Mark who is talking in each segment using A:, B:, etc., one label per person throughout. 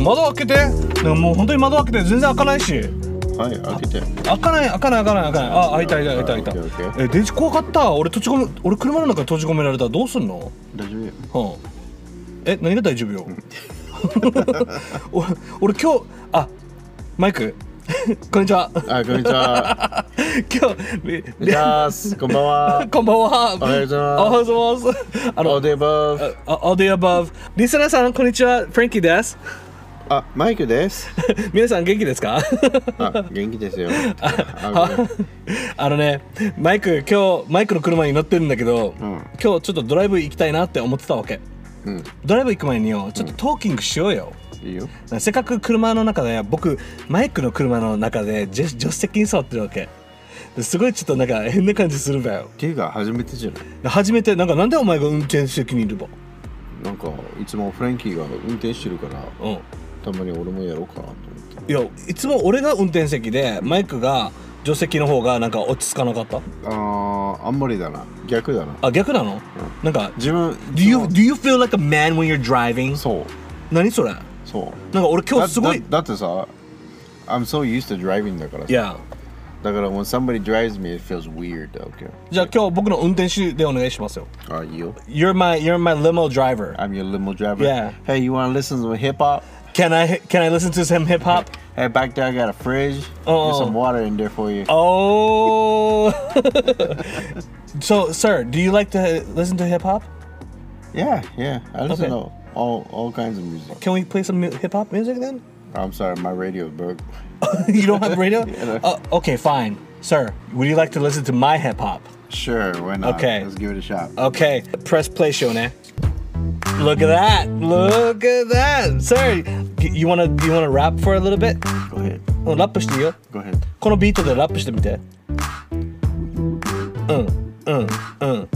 A: 窓開けてでももう本当に窓開けて全然開かないし
B: はい開けて
A: 開かない開かない開かない開かないあ開いた開いた開いた
B: オッケーオ
A: 開い
B: ッ
A: たえ電池怖かった俺閉じ込め俺車の中に閉じ込められたらどうすんの
B: 大丈夫よ
A: うんえ何が大丈夫 よ俺俺今日あマイク こんにちは
B: あこんにち は
A: 今日
B: こんにちはこんばんは
A: こんばんは。お
B: はようご
A: はようございます。あ
B: オ
A: の、
B: ーデバー
A: あ all the above。リスナーさん、こんにちは。フランキーです。
B: あマイク です
A: 皆さん、元気ですか
B: あ元気ですよあごめん
A: あのね、マイク、今日、マイクの車に乗ってるんだけど、
B: ん
A: 今日ちょっとドライブ行きたいなって思ってたわけ。
B: うん
A: ドライブ行く前によ、ちょっとトーキングしようよ。
B: いいよ
A: せっかく車の中で僕マイクの車の中でじ助手席に座ってるわけですごいちょっとなんか変な感じするばよ
B: っていうか初めてじゃない
A: 初めてなんかなんでお前が運転席にいるば
B: なんかいつもフランキーが運転してるから
A: うん
B: たまに俺もやろうかなと思って
A: いやいつも俺が運転席でマイクが助手席の方がなんか落ち着かなかった
B: あーあんまりだな逆だな
A: あ逆なの、なんか
B: 自分
A: do you,
B: そう
A: do you feel like a man when you're driving?
B: そう
A: 何それなん
B: そう
A: か俺今日すごい
B: だだだってさ I'm so used to driving だからさ
A: いや
B: だから when somebody drives me it feels weird okay
A: じゃあ今日僕の運転手でお願いしますよ
B: あいいよ
A: You're my, you're my limo driver
B: I'm your limo driver
A: Yeah.
B: Hey you wanna listen to hip hop
A: Can I, can I listen to some hip hop?
B: Hey back there I got a fridge
A: Oh,
B: There's
A: oh.
B: some water in there for you
A: Oh So sir, do you like to listen to hip hop?
B: Yeah yeah I listen
A: Okay.
B: to all, all kinds of music
A: Can we play some mu- hip hop music then?
B: I'm sorry my radio broke
A: you don't have radio?
B: Yeah.
A: Uh, okay, fine. Sir, would you like to listen to my hip hop?
B: Sure why not
A: Okay. Uh.
B: Let's give it a shot
A: Okay, press play, Shone. Look at that! Look at that! Sir, y- you wanna you wanna rap for a little bit?
B: Go ahead
A: うんラップしていいよ。
B: Go ahead
A: このビートでラップしてみて。うんうんうん。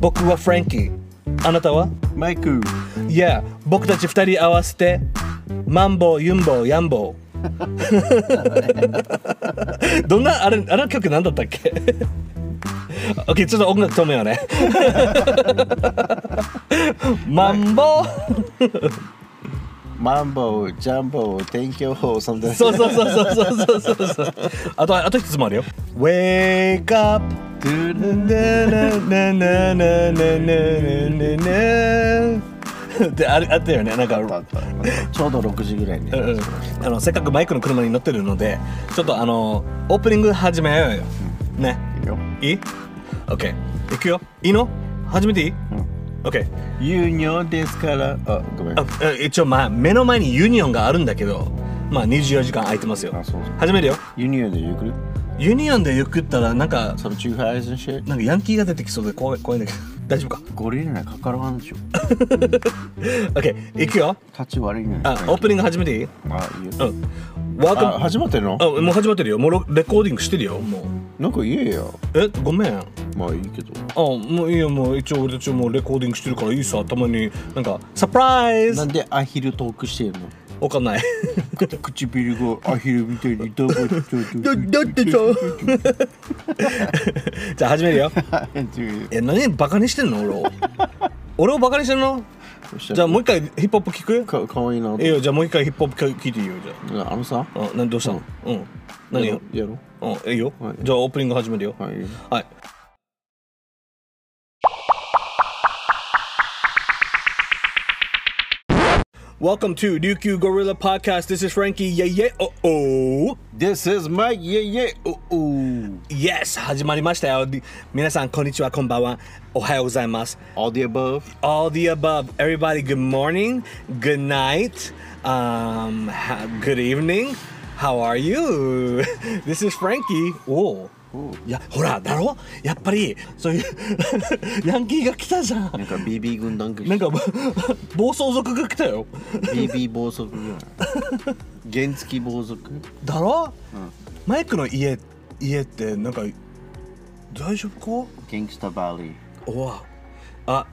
A: 僕はフランキー。あなたは？
B: マイク
A: いや、僕たち二人合わせてマンボウユンボウヤンボウ どんなあれあの曲なんだったっけ ?OK ちょっと音楽止めようねマンボウ
B: マンボウジャンボウ天 気予報 Oh, something
A: そうそうそうそうそうそうそうそうあとあと一つもあるよ Wake up
B: ドゥルン
A: なななななななななってあれあったよねなんか
B: あったちょうど6時ぐらいに、
A: うんうんあのせっかくマイクの車に乗ってるのでちょっとあのオープニング始めようよ、ね
B: いいよ
A: いい ?OK いくよいいの始めていい、?OK
B: ユニオンですからあごめん
A: あえ一応まあ目の前にユニオンがあるんだけどまあ24時間空いてますよ
B: あそうそう
A: 始めるよ
B: ユニオンでゆっくり
A: ユニオンでゆっくったらなんか
B: そのチューハイズンシェ
A: なんかヤンキーが出てきそうで怖い怖いんだけど 大丈夫か
B: ゴリラにかからんでしょ
A: ?OK いくよ
B: 立ち悪いね
A: あオープニング始めていい
B: あいいよ
A: うんワー
B: あ
A: ク
B: 始まってるの
A: あもう始まってるよもうロレコーディングしてるよもう
B: なんか言えよ
A: えごめん
B: まあいいけど
A: あもういいよもう一応俺たちもうレコーディングしてるからいいさたまになんかサプライ
B: な
A: ズ
B: んでアヒルトークしてるの
A: わかんない
B: 唇がアヒルみたいにどうもどう
A: だだってさ じゃあ始めるよえ何バカにしてんの俺を俺をバカにしてんのじゃあもう一回ヒップホップ聞く
B: かかわいいない
A: いよじゃあもう一回ヒップホップ聞いていいよじゃ
B: あのさ
A: ああなんどうしたのうん何よ
B: やろ
A: うんいいよ
B: はい
A: じゃあオープニング始めるよ
B: はい
A: はいWelcome to Ryukyu Gorilla Podcast. This is Frankie. Yeah, yeah, oh, oh.
B: This is my yeah yeah oh oh
A: Yes, 始まりましたよ。で皆さん、こんにちは、こんばんは。おはようございます。
B: all the above
A: All the above. Everybody, good morning, good night, um, ha- good evening. How are you? This is Frankie. おういや、ほら、だろやっぱり、そう いう、ヤンキーが来たじゃ
B: なん
A: ん。
B: か BB 軍団
A: なん
B: 軍
A: か、 暴走族が来たよ。
B: BB 暴走軍原付暴走
A: だろ、マイクの家、家って、なんか、大丈夫か
B: ゲングスタバリー
A: おわあ、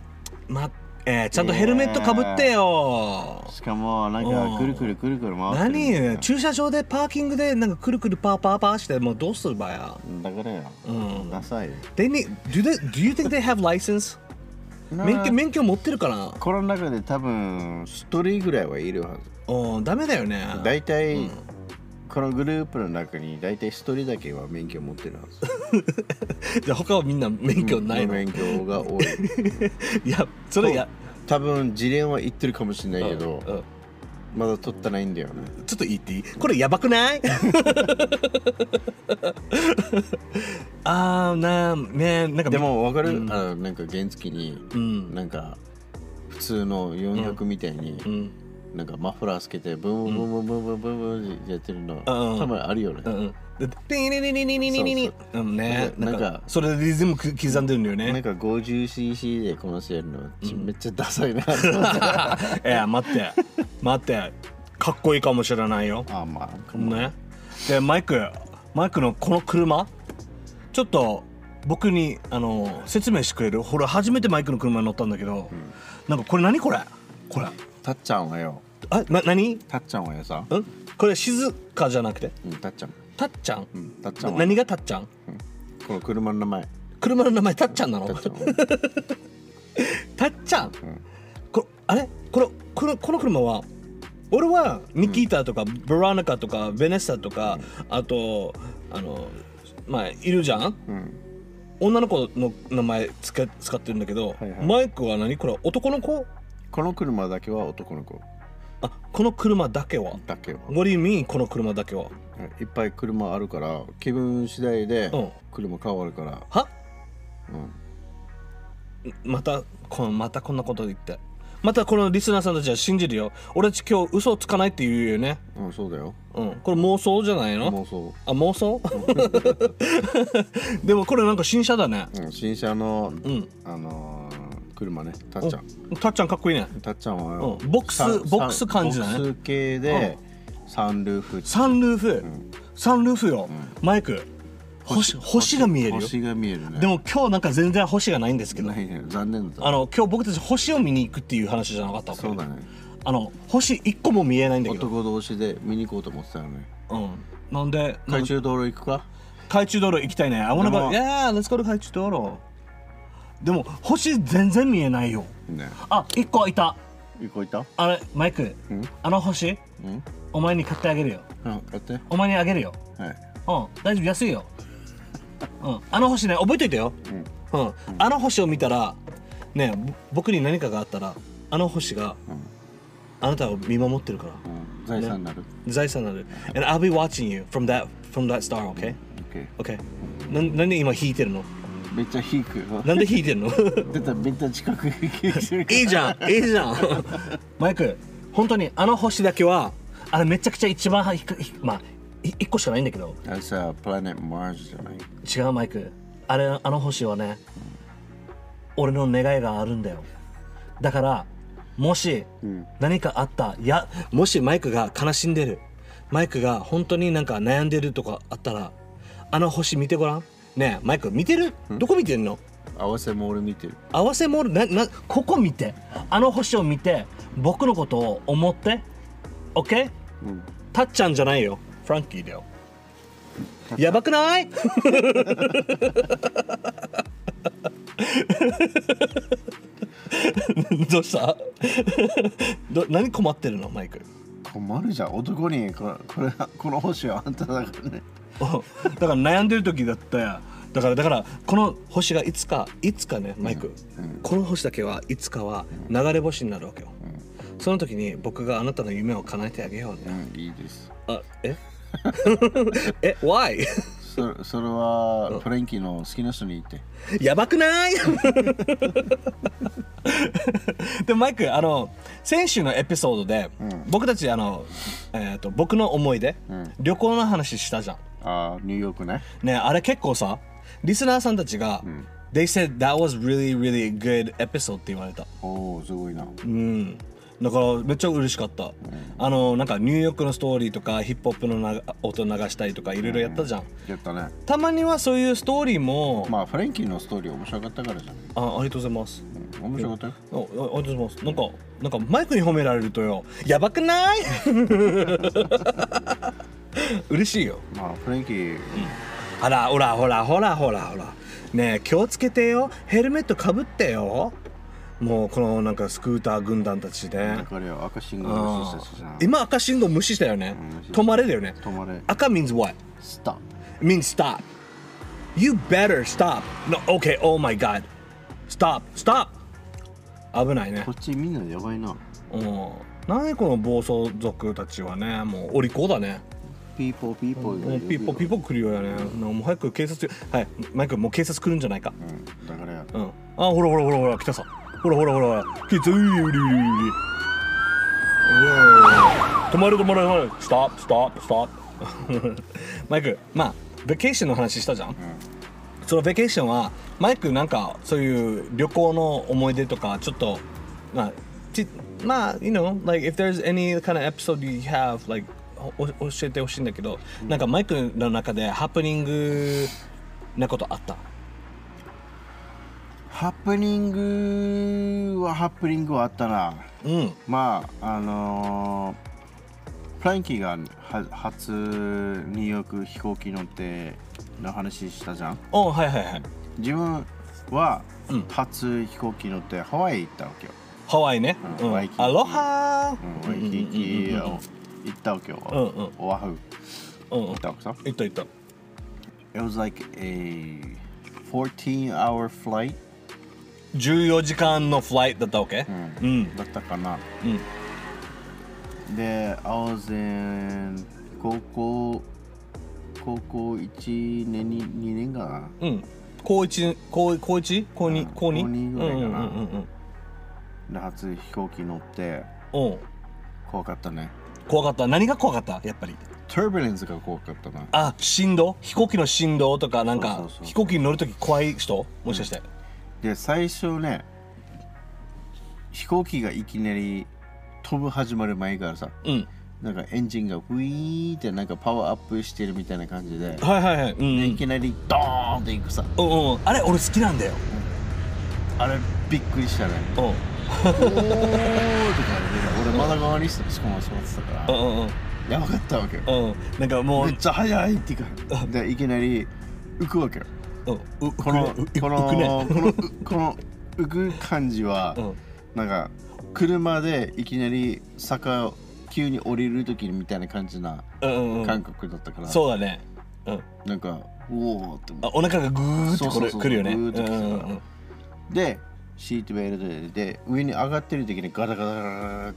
A: ま、えーちゃんとヘルメットかぶってよ。
B: しかもなん
A: うん
B: かくるくるくるくる回ってるみたいな
A: 何駐車場でパーキングでなんかくるくるパーパーパーしてもうどうするばや
B: だからよ、ダサいよ
A: They need, do, they, do you think they have license? 免許免許持ってるかな
B: この中で多分ストリーぐらいはいるはず
A: おーダメだよね
B: 大体、このグループの中に大体一人だけは免許持ってるはず
A: じゃあ他はみんな免許ないの、い
B: 免許が多い
A: やそれや
B: 多分事例は言ってるかもしれないけど、
A: うんうん
B: まだ取ってないんだよね
A: ちょっと言っていいこれやばく ないあーなーねなんか
B: でも分かる、
A: うん
B: あのなんか原付に
A: うん
B: なんか普通の400みたいに
A: うん
B: なんかマフラーつけてブンブンブンブンブンブンブンってやってるの、
A: うん
B: 多分あるよね、
A: うんうんでピンリリリリリリリリ
B: そ
A: う
B: う
A: んね
B: な
A: なんん
B: か
A: かそれでリズムく刻んでるんだよ
B: なん
A: ね
B: か 50cc でこの人やるの、
A: ん
B: めっちゃダサい な
A: いや待って待ってかっこいいかもしれないよ
B: あまあ、
A: ねでマイクマイクのこの車ちょっと僕にあの説明してくれるほら初めてマイクの車に乗ったんだけど、なんかこれ何これこれ
B: たっちゃんはよ
A: あな何
B: たっちゃんはよさ、
A: んこれ静かじゃなくて
B: うん、たっちゃん、
A: たっちゃん、
B: うん、たっちゃんは
A: 何がたっちゃん
B: この車の名前
A: 車の名前たっちゃんなの
B: たっちゃんは
A: たっちゃん
B: ん
A: こあれこれこのこの車は俺はニキータとか、ベラナカとかベネッサとか、あとあのまあいるじゃん
B: うん、
A: 女の子の名前つけ使ってるんだけど、
B: はいはい
A: マイクは何これ男の子
B: この車だけは男の子
A: あこの車だけは
B: だけは
A: What do you mean この車だけはい
B: っぱい車あるから気分次第で
A: うん
B: 車変わるから、
A: は
B: うん、
A: またこのまたこんなこと言ってまたこのリスナーさんたちは信じるよ俺たち今日嘘をつかないって言うよね
B: うん、そうだよ
A: うんこれ妄想じゃないの
B: 妄想、
A: あ妄想 でもこれなんか新車だね
B: うん、新車の、
A: うん
B: あのー車ねたっちゃん
A: たっちゃんかっこいいね
B: たっちゃんはよ、
A: うんボックス
B: さん
A: ボックス感じだね
B: ボックス系で、サンルーフ
A: サンルーフ、サンルーフよ、マイク星星が見えるよ
B: 星が見えるね
A: でも今日なんか全然星がないんですけど
B: ないね残念だ
A: あの今日僕たち星を見に行くっていう話じゃなかったっけ
B: そうだね
A: あの星一個も見えないんだけど、
B: 男同士で見に行こうと思ってたよね
A: うん、なんでなん
B: 海
A: で
B: 中道路行くか
A: 海中道路行きたいね I wanna
B: で
A: go
B: も
A: yeah let's go to 海中道路でも星全然見えないよ
B: ね
A: あ一個いた
B: 行こう行った
A: あれマイクあの星
B: うん
A: お前に買ってあげるよ
B: うん買っては
A: お前にあげるよ
B: い
A: うん大丈夫安いよ、うん、あの星ね覚えといてよ、うんあの星を見たらねぼ僕に何かがあったらあの星があなたを見守ってるから
B: うん財産になる
A: 財産になる and I'll be watching you from that from that star okay
B: OK
A: okay なんなんで今弾いてるの
B: めっちゃ引く よ
A: なんで弾いてるの
B: 出ためっちゃ近くに来る
A: いいじゃんいいじゃん マイク本当にあの星だけはあれめちゃくちゃ一番は低いまあい一個しかないんだけど
B: That's a planet Mars じゃない
A: 違うマイクあれあの星はね俺の願いがあるんだよだからもし何かあった、いやもしマイクが悲しんでるマイクが本当になんか悩んでるとかあったらあの星見てごらんねえマイク見てるどこ見てんの
B: 合わせも俺見てる
A: 合わせモールななここ見てあの星を見て僕のことを思って OK?
B: うん
A: たっちゃんじゃないよフランキーだよやばくない どうした ど何困ってるのマイク
B: 困るじゃん男にこれこれこの星はあんただからね
A: おだから悩んでる時だったよだからだからこの星がいつかいつかねマイク、この星だけはいつかは流れ星になるわけよ、その時に僕があなたの夢を叶えてあげよう
B: う
A: ね、
B: んいいです
A: あえ え why?
B: そそれはフレンキーの好きな人に言って
A: やばくないでもマイクあの先週のエピソードで、僕たちあの、えー、と僕の思い出、
B: ん
A: 旅行の話したじゃん
B: ああニューヨークね
A: ねあれ結構さリスナーさんたちが、They said that was really really good episode って言われた
B: おおすごいな
A: うんだからめっちゃ嬉しかった、あのなんかニューヨークのストーリーとかヒップホップのな音流したりとかいろいろやったじゃん、
B: やったね
A: たまにはそういうストーリーも、
B: まあフレンキーのストーリー面白かったからじゃん
A: あありがとうございます
B: うん面白かったよ
A: ああありがとうございますなんかなんかマイクに褒められるとよやばくない 嬉しいよ
B: まあフレンキー
A: あらほらほらほらほらほらねえ気をつけてよヘルメットかぶってよもうこのなんかスクーター軍団たちで
B: だからよ赤信号の人たちじゃん
A: 今赤信号無視したよね
B: うん無視
A: 止まれだよね
B: 止まれ
A: 赤 means what?
B: スタッ
A: means stop. You better stop. No, okay, oh my god. Stop, stop! 危ないね
B: こ。っちみんなやばいな
A: うん。何この暴走族たちはね、もうお利口だね。
B: ピーポーピーポー
A: もうピッポピッポ来るよやね。もう早く警察、はい、マイクもう警察来るんじゃないか。
B: うんだからよ
A: うん。あ、ほらほらほらほら、来たさ。ほらほらほらほら。警察、うりうりうりうりうり。止まる止まる止まる。stop, stop, stop. マイク、まあ、ベケーションの話したじゃん。そのベケーションはマイクなんかそういう旅行の思い出とかちょっとまあちまあ you know like if there's any kind of episode you have like おお教えてほしいんだけど、なんかマイクの中でハプニングなことあった
B: ハプニングはハプニングはあったな
A: うん
B: まああのーフランキーがは初ニューヨーク飛行機乗っての話したじゃん
A: おはいはいはい
B: 自分は
A: うん
B: 初飛行機乗ってハワイ行ったわけよ、
A: ハワイね、
B: う
A: うんん
B: ワイキキ
A: アロハ
B: うん、ワイキキを行ったわけよ、
A: うんうん
B: オアフ
A: うんうん
B: 行ったわけさ
A: 行った行った
B: It was like a 14 hour flight
A: 14時間のフライトだったわけ
B: う
A: うん
B: だったかな
A: うん
B: で I was in 高校高校1年に2年かな
A: うん高1高高1高
B: うん
A: 2高2
B: 高二ぐらいかな
A: うんうんうんうん
B: で初飛行機乗って
A: うんうん
B: 怖かったね
A: 怖かった何が怖かったやっぱり
B: トー b レンスが怖かったな
A: あ振動飛行機の振動とかなんか
B: そうそうそう
A: 飛行機に乗るとき怖い人もしかして、
B: で最初ね飛行機がいきなり飛ぶ始まる前からさ
A: うん、
B: なんかエンジンがウィーってなんかパワーアップしてるみたいな感じで、
A: はいはいはいうんうん
B: いきなりドーンっていくさ
A: うんうんあれ俺好きなんだよ
B: あれびっくり したね
A: うん
B: おーって感じで俺まだ側にしかも座ってたか
A: う
B: ら
A: んうん
B: やばかったわけよ
A: うんうんなんかもう
B: めっちゃ速いっていうかでいきなり浮くわけよ
A: うんう
B: この
A: う
B: こ
A: うく
B: の
A: ね
B: このうこの浮く感じは
A: うん
B: なんか車でいきなり坂を急に降りる時みたいな感じな
A: うんうんうん
B: 感覚だったから
A: そうだねうん
B: なんかおおって思
A: あ
B: っ
A: お腹がグーって
B: そう
A: こ
B: そう
A: れ
B: そう
A: くるよねうん
B: グーってきたから
A: うんうん
B: てでシートベルトでで上に上がってる時にガタガタガタガタっ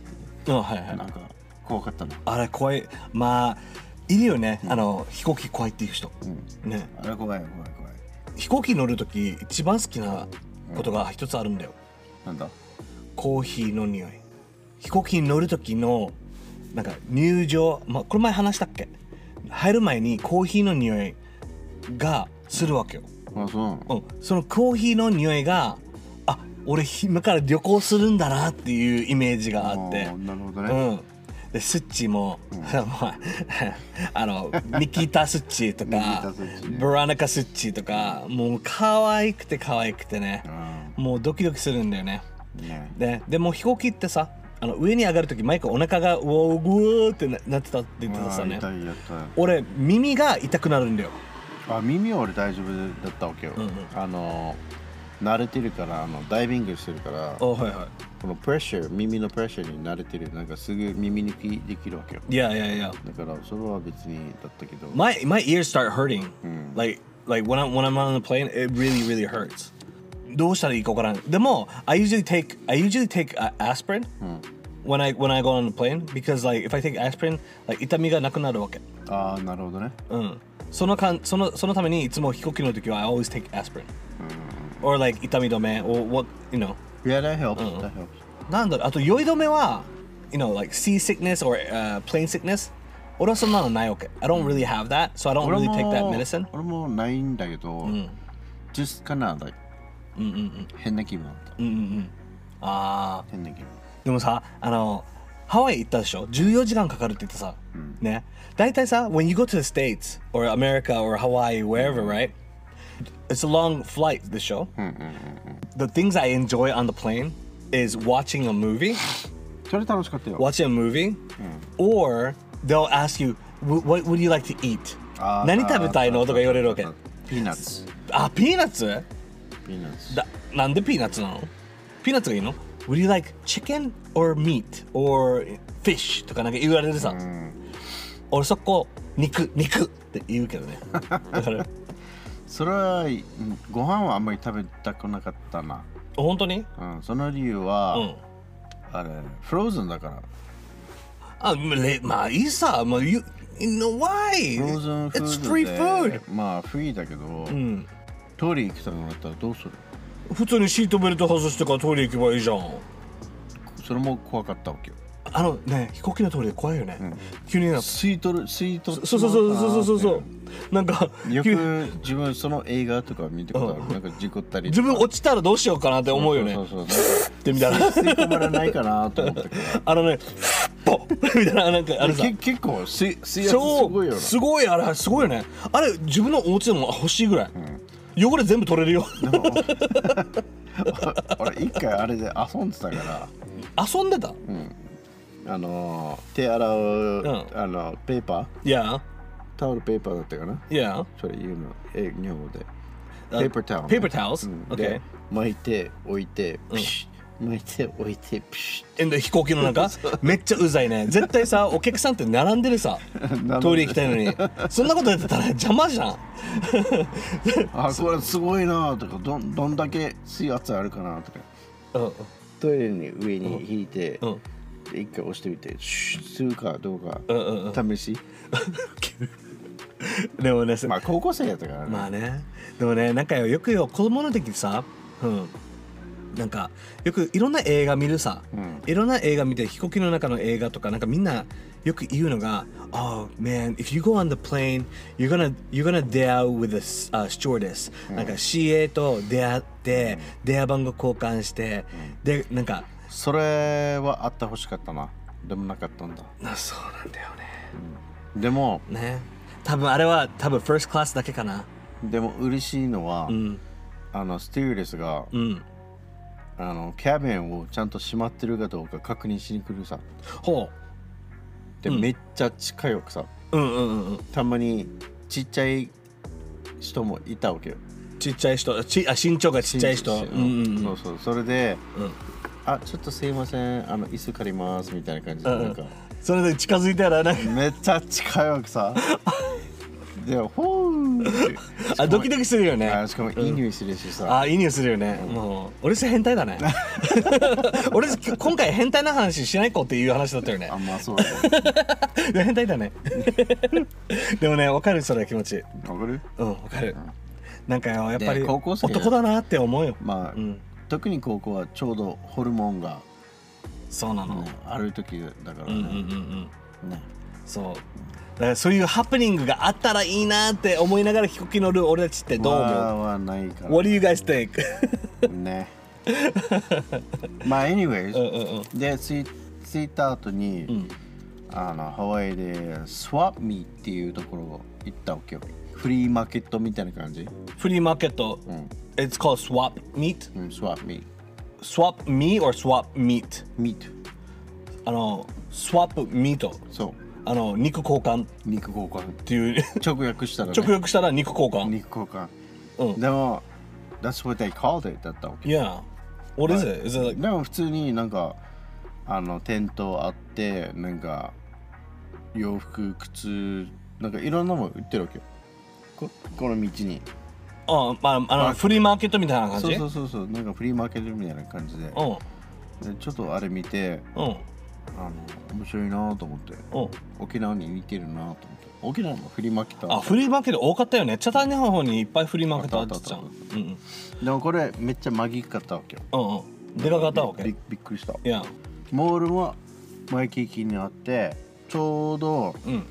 A: うんはいは
B: て
A: い
B: なんか怖かったな
A: あれ怖いまあいるよね、あの飛行機怖いっていう人
B: うん
A: ね
B: あれ怖い怖い怖い
A: 飛行機乗るとき一番好きなことが一つあるんだよ、
B: なんだ
A: コーヒーの匂い飛行機に乗る時のなんか入場、まあ、これ前話したっけ入る前にコーヒーの匂いがするわけよ、
B: あそうなの
A: うん、そのコーヒーの匂いがあ俺今から旅行するんだなっていうイメージがあって
B: ーなるほど
A: う
B: ね、
A: んでスッチも、 まああのニキータ・スッチと
B: ニキー
A: か
B: タスッチね
A: ブラナカ・スッチとかもう可愛くて可愛くてねもうドキドキするんだよね
B: うんね
A: ででも飛行機ってさあの上に上がる時マイクお腹がうおーぐーってななってたって言ってたさね
B: あー痛いやった
A: 俺耳が痛くなるんだよ
B: あ耳は俺大丈夫だったわけよ、
A: うんうん
B: あの慣れてるからあのダイビングしてるから
A: あはいは
B: このプレッシャー耳のプレッシャーに慣れてるなんかすぐ耳抜きできるわけよ
A: いいやいやいや
B: だからそれは別にだったけど、
A: my, my ears start hurting、
B: ん
A: like, like when, I'm, when I'm on the plane it really really hurts どうしたらいいか分からんでも I usually take I usually take、aspirin、when I when I go on the plane because like if I take aspirin like 痛みがなくなるわけ
B: ああなるほどね
A: うん、そのかんそのそのためにいつも飛行機の時は I always take aspirin、or like 痛み止め or what you know
B: Yeah that helps、
A: ん
B: that helps
A: なんだろうあと酔い止めは you know like sea sickness or、uh, plane sickness 俺はそんなのないわけ I don't really have that so I don't
B: 俺
A: really
B: も
A: take that medicine
B: 俺もないんだけど、
A: ん
B: just kinda like
A: うんうんうん
B: 変な気分だった
A: うんうんうんあ
B: 変な気
A: ー
B: 分
A: でもさあのハワイ行ったでしょ14時間かかるって言ってさ、ね大体さ when you go to the States or America or Hawaii wherever right it's a long flight でしょ、the things I enjoy on the plane is watching a movie,
B: それ楽しかったよ
A: watching a movie, or they'll ask you, "Wh- what would you like to eat?
B: あー
A: 何食べたい
B: あ
A: の
B: ー
A: とか言われるわけ。
B: ピーナッツ
A: Ah, あ、ピーナッツ
B: ピーナッツ
A: だなんでピーナッツなのピーナッツがいいの Would you like chicken or meat or fish? とかなんか言われるさ、俺そこ肉肉って言うけどねだから
B: それはうんご飯はあんまり食べたくなかったな、
A: 本当に
B: うん、その理由
A: う
B: は
A: ん、
B: あれフローズンだから
A: あまあれまあいいさまあ you, you know
B: フロー
A: why
B: ズンフ
A: It's
B: ー
A: free
B: ド
A: food
B: でまあフリーだけど、
A: うん
B: トイレ行きたくなったらどうする
A: 普通にシートベルト外してからトイレ行けばいいじゃん
B: それも怖かったわけよ
A: あのね飛行機のトイレ怖いよね、急になんか
B: 吸い取る吸い取って
A: そうそうそう
B: しま
A: そうそうそうそうな
B: なーっ
A: んか
B: てよ
A: 急に
B: く自分その映画とか見てことあるなんか事故ったり
A: 自分落ちたらどうしようかなって思うよね
B: そうそうそう
A: ってみたいな
B: 吸い込まれないかなと思ったけど
A: あのねポッ みたいななんかあれさ
B: け結構吸い吸いやつす
A: 超
B: ごいよな
A: すごいあれすごいよねあれ自分のお家でも欲しいぐらい、汚れ全部取れるよ
B: 俺一回あれで遊んでたか ら
A: 遊んでた
B: あのー手洗う、
A: ん
B: あのペーパー
A: いや
B: タオルペーパーだったかない
A: や
B: それ言うのえ日本語でペ
A: あ
B: ーパータオル
A: ペーパータオル
B: うん
A: OK
B: で巻いて置いてピシッ巻いて置いてピシッ
A: えんで飛行機の 中めっちゃうざいね絶対さお客さんって 並んでるさ
B: で
A: トイレ行きたいのにそんなことやってたら邪魔じゃん
B: あこれすごいなとかどんどんだけ水圧あるかなとか
A: うん
B: トイレに上に引いて、
A: うん
B: で一回押してみてシュッするかどうか、
A: うんうん
B: 試し
A: でもね
B: まあ高校生やったからね、
A: まあねでもねなんかよよくよ子供の時さ、うん、なんかよくいろんな映画見るさ、
B: ん
A: いろんな映画見て飛行機の中の映画とかなんかみんなよく言うのが「Oh man if you go on the plane you're gonna you're gonna 出会う with a、uh, stewardess、なんか CA と出会って、電話番号交換して、でなんか
B: それはあってほしかったなでもなかったんだ
A: なそうなんだよね
B: でも
A: ね多分あれは多分 first class だけかな
B: でも嬉しいのは、
A: うん
B: あのステューレスが、
A: うん
B: あのキャビンをちゃんと閉まってるかどうか確認しに来るさ
A: ほ
B: で、めっちゃ近いよさ
A: ううんうんうんうん
B: たまにちっちゃい人もいたわけよ
A: ちっちゃい人ちあ身長がちっちゃい人
B: うん
A: うんうんうん
B: そうそうそれで
A: うん
B: あちょっとすいませんあの椅子借りますみたいな感じで
A: うんうん
B: なんか、
A: それで近づいたらなんか
B: めっちゃ近いわ けさでほーんって
A: あドキドキするよね
B: あしかもいい匂いするしさ、
A: あいい匂いするよねもう俺さ変態だ ね俺き今回変態な話しない子っていう話だったよね
B: あんまあそうだね
A: で変態だね でもねわかるそれ気持ち
B: わかる
A: うんわかるなんかよやっぱり
B: で高校生
A: 男だなって思うよ
B: まあ、
A: うん
B: 特に高校はちょうどホルモンが、
A: そうなの
B: ねある時だからね,、
A: うんうんうんうん
B: ね
A: そうだからそういうハプニングがあったらいいなって思いながら飛行機乗る俺たちってどう
B: わー
A: 思う
B: はないから
A: What do you guys think?
B: ねまあ anyways
A: うんうんうん
B: でツイツイッター後に、
A: ん
B: あのハワイでスワッミーっていうところ行ったわけよフリーマーケットみたいな感じ、
A: フリーマーケット、
B: ん
A: It's called swap meet
B: うん、スワッミー
A: Swap me or swap meet
B: ミート
A: あの Swap meat
B: そう
A: あの肉交換っ
B: 肉交換
A: ていう
B: 直訳したら、ね、
A: 直訳したら肉交換
B: 肉交換、
A: うん
B: でも That's what they called it だったわけ
A: Yeah What is it? Is it like
B: でも普通になんかあのテントあってなんか洋服靴なんかいろんなもん売ってるわけよここの道に
A: あまああのフリーマーケットみたいな感じ
B: そうそうそうそうなんかフリーマーケットみたいな感じででちょっとあれ見て
A: うんうん
B: あの面白いなと思って
A: うん
B: 沖縄に似てるなと思って沖縄のフリーマーケット
A: あフリーマーケット多かったよねチャタニの方にいっぱいフリーマーケットあったじゃん
B: あっ
A: うん
B: でもこれめっちゃマギかったわけよ
A: うんうんうんでかかったわけ
B: びびっくりした
A: Yeah
B: モールはマイキーキにあってちょうど
A: うん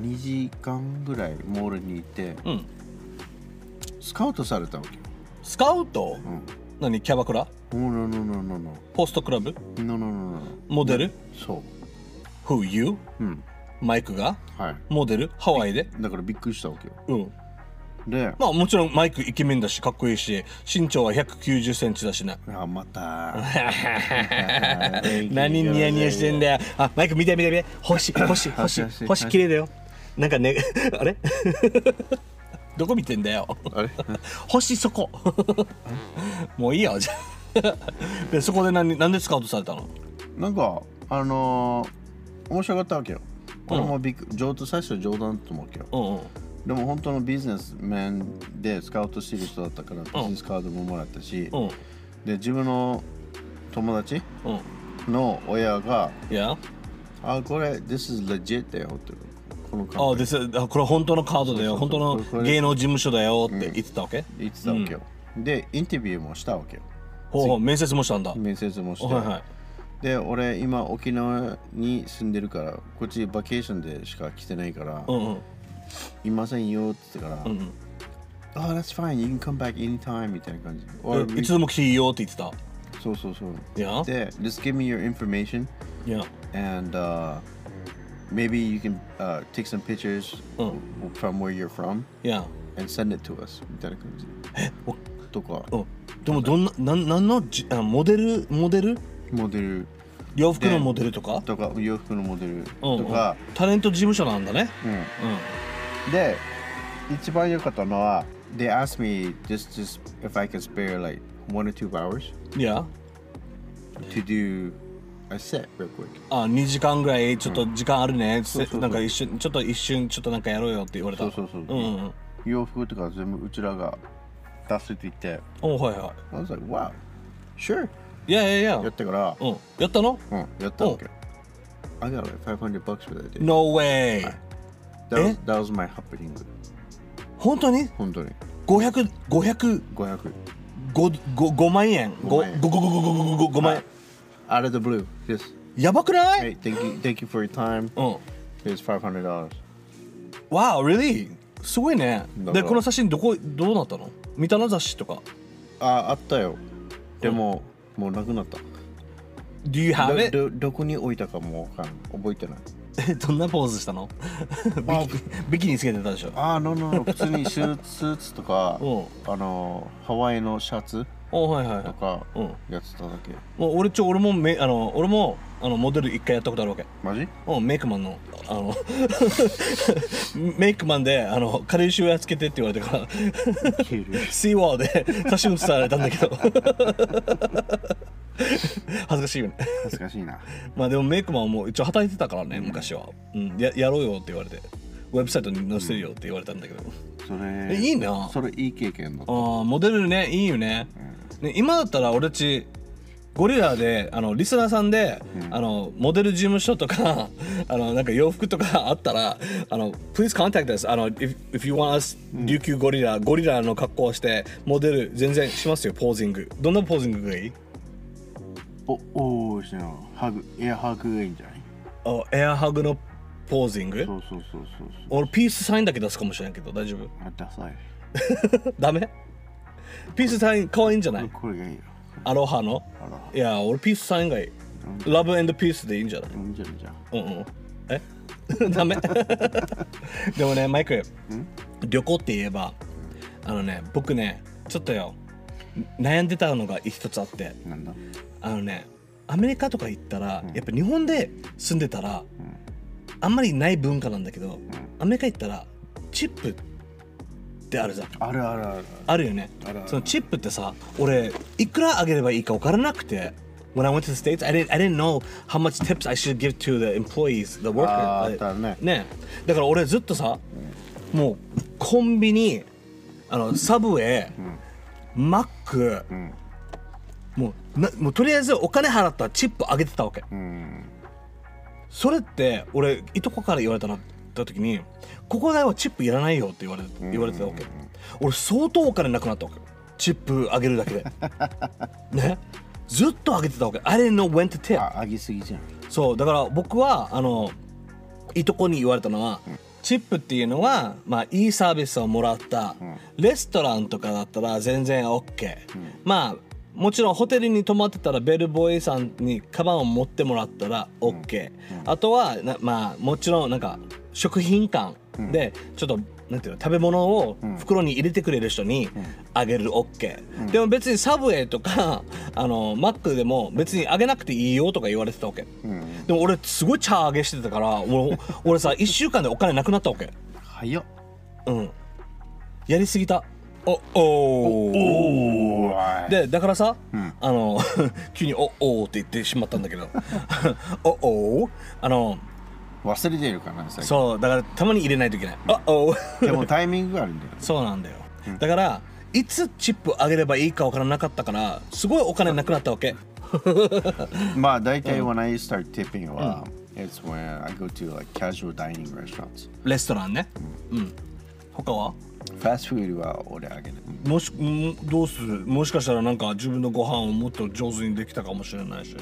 B: 2時間ぐらいモールにいて
A: うん
B: スカウトされたわけよ、
A: スカウト何キャバクラ
B: うん、ノーノーノーノーノ
A: ホストクラブ
B: ーノーノーノーノー
A: モデル
B: そ
A: Who you
B: ううん
A: マイクが
B: はい
A: モデルハワイで
B: だからびっくりしたわけよ
A: うん
B: で
A: まあもちろんマイクイケメンだしかっこいいし身長は1 9 0センチだし な
B: あまた
A: 何ニヤニヤしてんだよあマイク見て見て見て星星星
B: 星
A: 星綺麗だよなんかね あれどこ見てんだよ
B: あれ
A: 星そこもういいよじゃあ でそこで何何でスカウトされたの
B: なんかあのー面白かったわけよ俺もびっく上手最初は冗談だと思うわけど
A: うんうん
B: でも本当のビジネスメンでスカウトしてる人だったからビジネスカードももらったし、
A: うん
B: で自分の友達
A: うん
B: の親が
A: Yeah?
B: あこれ This is legit だよってこのカ
A: あ
B: ード
A: ですあこれ本当のカードだよ
B: そう
A: 本
B: そ
A: 当
B: うそうこ
A: の
B: れ
A: 芸能事務所だよって言ってたわけ、
B: 言ってたわけよ、でインタビューもしたわけよ
A: ほうほう面接もしたんだはい
B: 面接もして、
A: はい
B: で俺今沖縄に住んでるからこっちバケーションでしか来てないから、
A: うんうん
B: いませんよって言ってから、
A: うん
B: Oh, that's fine. You can come back anytime. みたいな感じ。
A: う
B: Or
A: ん
B: we-
A: いつでも来ていいよって言ってた
B: そうそうそう。
A: Yeah?
B: で、just give me your information
A: Yeah
B: and、uh, maybe you can、uh, take some pictures、
A: うん
B: from where you're from
A: Yeah
B: and send it to us. みたいな感じ。
A: えお
B: とか、
A: うんでもどんななんなんのじあモデルモデル
B: モデル
A: 洋服のモデルとか
B: とか、洋服のモデル
A: うんう
B: と
A: ん
B: か。
A: タレント事務所なんだね
B: うん
A: う
B: で、一番良かったのは、They asked me just, just if I could spare like one or two hours
A: ん Yeah
B: to do a set real quick.
A: あ2時間ぐらいちょっと時間あるね、つって
B: そうそうそう
A: なんか一瞬ちょっと一瞬ちょっとなんかやろうよって言われた
B: そうそうそう
A: うんうんうん
B: 洋服とか全部うちらが出すって言って、
A: おはいは
B: I was like, wow, sure.
A: いいやいやいや
B: やったから、
A: うんやったの
B: うん、やったわけ。I got like 500 bucks for that day.
A: No way
B: That
A: え
B: was, that was my happening.
A: 本当に
B: 本当に。
A: 500 500
B: 500。
A: ごごご万円ご
B: ごまんえん
A: ごごごごごごごご万円
B: Out of the blue. Yes.
A: やばくない、
B: Hey, thank you, thank you for your time.
A: うん
B: Here's $500.
A: Wow really すごいね
B: だか
A: で
B: ら
A: この写真どこどうなったの見たな雑誌とか
B: あ、あったよ。でも、もうなくなった。
A: Do you have
B: ど
A: it?
B: どどこに置いたかもわかん覚 えてない。
A: えどんなポーズしたのビキビキにつけてたでしょ
B: あー、no, no, no. 普通にスーツスーツとか
A: うん、
B: あの、ハワイのシャツ
A: おはいはいはい
B: とか
A: うん
B: やってただけ。
A: もう俺ちょ俺もめあの俺もあのモデル一回やったことあるわけ
B: マ ジ
A: うん、メイクマンのあの メイクマンであの軽石をやっつけてって言われてから シーワーで写真写されたんだけど 恥ずかしいよね
B: 恥ずかしいな。
A: まあでもメイクマンはもう一応働いてたからね昔は、うん、ややろうよって言われてウェブサイトに載せるよって言われたんだけど、
B: そ
A: え
B: れ
A: いいな
B: それいい経験だった
A: ああモデルねいいよね,、ね今だったら俺たちゴリラであのリスナーさんで、あのモデル事務所とか あのなんか洋服とか あったらあの Please contact us あの if, if you want us 琉球ゴリラ、ゴリラの格好をしてモデル全然しますよポージングどんなポージングがいい
B: おおーしなハグエアハグがいいんじゃない
A: あエアハグのポージング
B: そうそうそうそうそう
A: 俺ピースサインだけ出すかもしれんけど大丈夫
B: あダサい
A: ダメピースサイン可愛いんじゃない
B: これがいいよ
A: アロハの
B: あら
A: いや俺ピースサインがいいラブピースでいいんじゃない
B: いいんじゃないじゃん
A: うんうん。え ダメでもね、マイク、旅行って言えば、あのね、僕ね、ちょっとよ、悩んでたのが一つあって、
B: なんだ
A: あのね、アメリカとか行ったら、やっぱ日本で住んでたら、あんまりない文化なんだけど、アメリカ行ったら、チップってあるじゃん。
B: あるあるある
A: あるよね
B: あるある
A: そのチップってさ俺いくらあげればいいか分からなくて When I went to the States, I didn't, I didn't know how much tips I should give to the employees, the workers.
B: あーあったね
A: ねだから俺ずっとさ、もうコンビニ、あのサブウェイ、マック、
B: ん
A: もうなもうとりあえずお金払ったらチップあげてたわけ。
B: うん
A: それって俺いとこから言われたなった時にここ代はチップいらないよって言われ言われてたわけ俺相当お金なくなったわけチップあげるだ けでねずっとあげてたわけ I didn't know when to tip
B: ああげすぎじゃん
A: そうだから僕はあのいとこに言われたのは、チップっていうのは、まあ、いいサービスをもらった、レストランとかだったら全然 OK、まあもちろんホテルに泊まってたらベルボーイさんにカバンを持ってもらったら OK、あとはなまあもちろんなんか食品館でちょっと、なんていうの食べ物を袋に入れてくれる人にあげる OK、でも別にサブウェイとか あのマックでも別にあげなくていいよとか言われてたわけ、
B: うん
A: でも俺すごい茶上げしてたから俺 俺さ1週間でお金なくなったわけ
B: 早っ
A: うんやりすぎたおおお
B: おーい
A: でだからさ、
B: うん
A: あの 急に「おお」って言ってしまったんだけど 「おお」あの
B: 忘れてるかな最近
A: そうだからたまに入れないといけない「おお」
B: でもタイミングがあるん だよ
A: そうなんだよ、だからいつチップ上げればいいかわからなかったからすごいお金なくなったわけ
B: まあ大体 when I start tipping は、it's when I go to like casual dining restaurants
A: レストランねうん他は
B: fast food は俺あげない
A: もしんどうするもしかしたらなんか自分のご飯をもっと上手にできたかもしれないし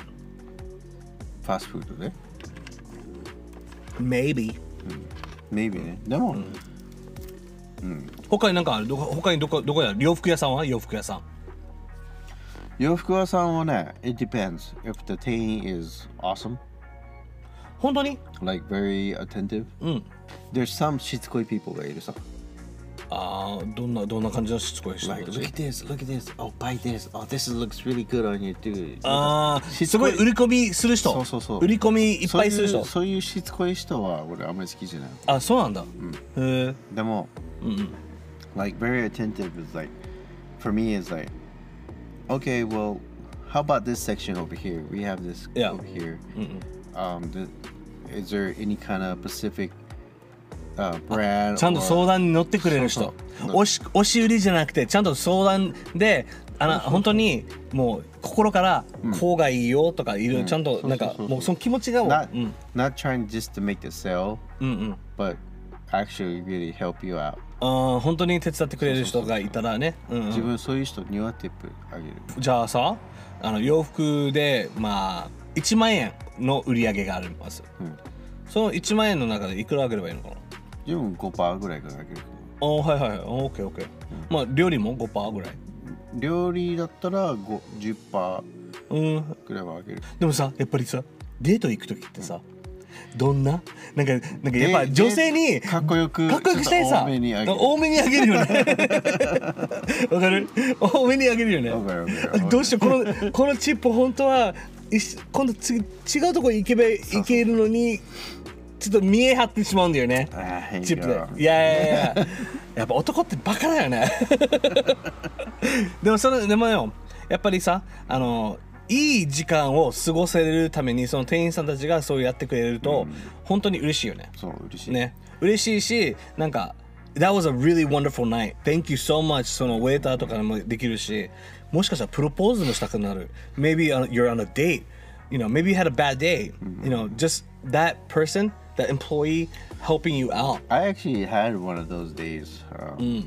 B: fast food で
A: Maybe
B: maybe ねでも、
A: 他になんかあるどこ他にどこどこや洋服屋さんは洋服屋さん
B: 洋服屋さんはね it depends if the 店員 is awesome
A: 本当に
B: like very attentive
A: うん
B: there's some しつこい people がいるさ
A: ああどんなどんな感じのしつこい人
B: like look at this look at this oh buy this oh this looks really good on you dude
A: ああ
B: し
A: す
B: つ
A: ご
B: こ
A: い売り込みする人
B: そうそうそう
A: 売り込みいっぱいする
B: そ
A: 人
B: ういうそういうしつこい人は俺あんまり好きじゃない
A: あそうなんだ、へえ
B: でも
A: うんうん
B: like very attentive is like for me is like okay well how about this section over here we have this
A: Yeah.
B: over here
A: うんうん
B: um the, is there any kind of specific uh brand
A: ちゃんと
B: or-
A: 相談に乗ってくれる人
B: そうそう
A: 押し押し売りじゃなくてちゃんと相談であの本当にもう心からこうがいいよとかいろいろちゃんと
B: うん
A: なんか
B: そうそうそうそう
A: もうその気持ちがもう
B: not
A: うん
B: not trying just to make the sale
A: うんうん
B: but actually really help you out
A: あー本当に手伝ってくれる人がいたらねうんうん
B: 自分そういう人にはティップあげる
A: じゃあさあの洋服でまあ1万円の売り上げがあります、
B: ん
A: その1万円の中でいくら上げればいいのかな
B: 自分5%ぐらいからあげると思
A: あーはいはいはい OKOK、まあ料理も5%ぐらいう
B: 料理だったら5 10%
A: うん
B: ぐらいはあげる
A: でもさやっぱりさデート行く時ってさどんななんかなんかやっぱ
B: で
A: 女性に
B: でかっこよく
A: かっこよくしたい
B: ちょっ
A: さ
B: と多めにあげる
A: 多めにあげるよね わかる多めにあげるよね
B: わかるわかるわかる
A: どうしてこのこのチップ本当はいし今度次違うとこ行けば行けるのにちょっと見え張ってしまうんだよね
B: あー
A: チップ
B: here
A: でいやいやいや やっぱ男ってバカだよね でもそれでもよやっぱりさあのいい時間を過ごせるためにその店員さんたちがそうやってくれると、本当に嬉しいよね
B: そう嬉しい、
A: ね嬉しいしなんか That was a really wonderful night. Thank you so much. そのウェイターとかもできるし、もしかしたらプロポーズもしたくなる。Maybe on- you're on a date. You know, maybe you had a bad day. You know, just that person, that employee helping you out.
B: I actually had one of those days、uh,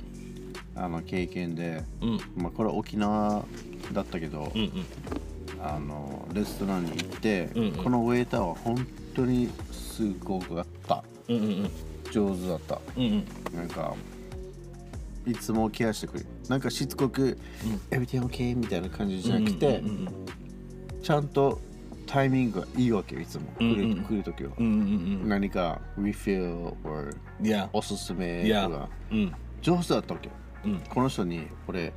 B: あの経験で、まあ、これ沖縄だったけど、あのレストランに行って、このウェイターは本当にすごかった、上手だった、なんかいつもケアしてくれるなんかしつこく「everything okay」みたいな感じじゃなくて、ちゃんとタイミングがいいわけよいつも来る,、来る時は、何か refill or
A: Yeah.
B: おすすめ
A: Yeah.
B: とか
A: うん。
B: 上手だったわけ、この人にこれ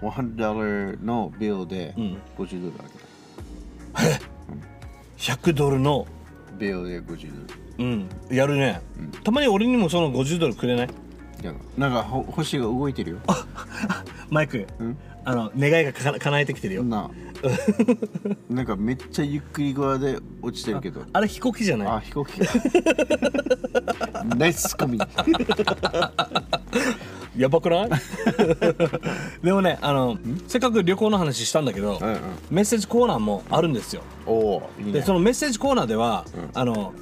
B: 100ドルのビルで50ドルあげた、
A: 100ドルの、
B: ビルで50ド
A: うん、やるね、たまに俺にもその50ドルくれない
B: ルやだなんかほ星が動いてるよ
A: マイク、あの願いがかな叶えてきてるよ、
B: なあなんかめっちゃゆっくり側で落ちてるけど
A: あれ飛行機じゃない
B: あ飛 行機かナイスツッコミ
A: やばくない でもねあのせっかく旅行の話したんだけど、
B: うんうん
A: メッセージコーナーもあるんですよ
B: おおいい
A: で
B: ね
A: そのメッセージコーナーでは、あの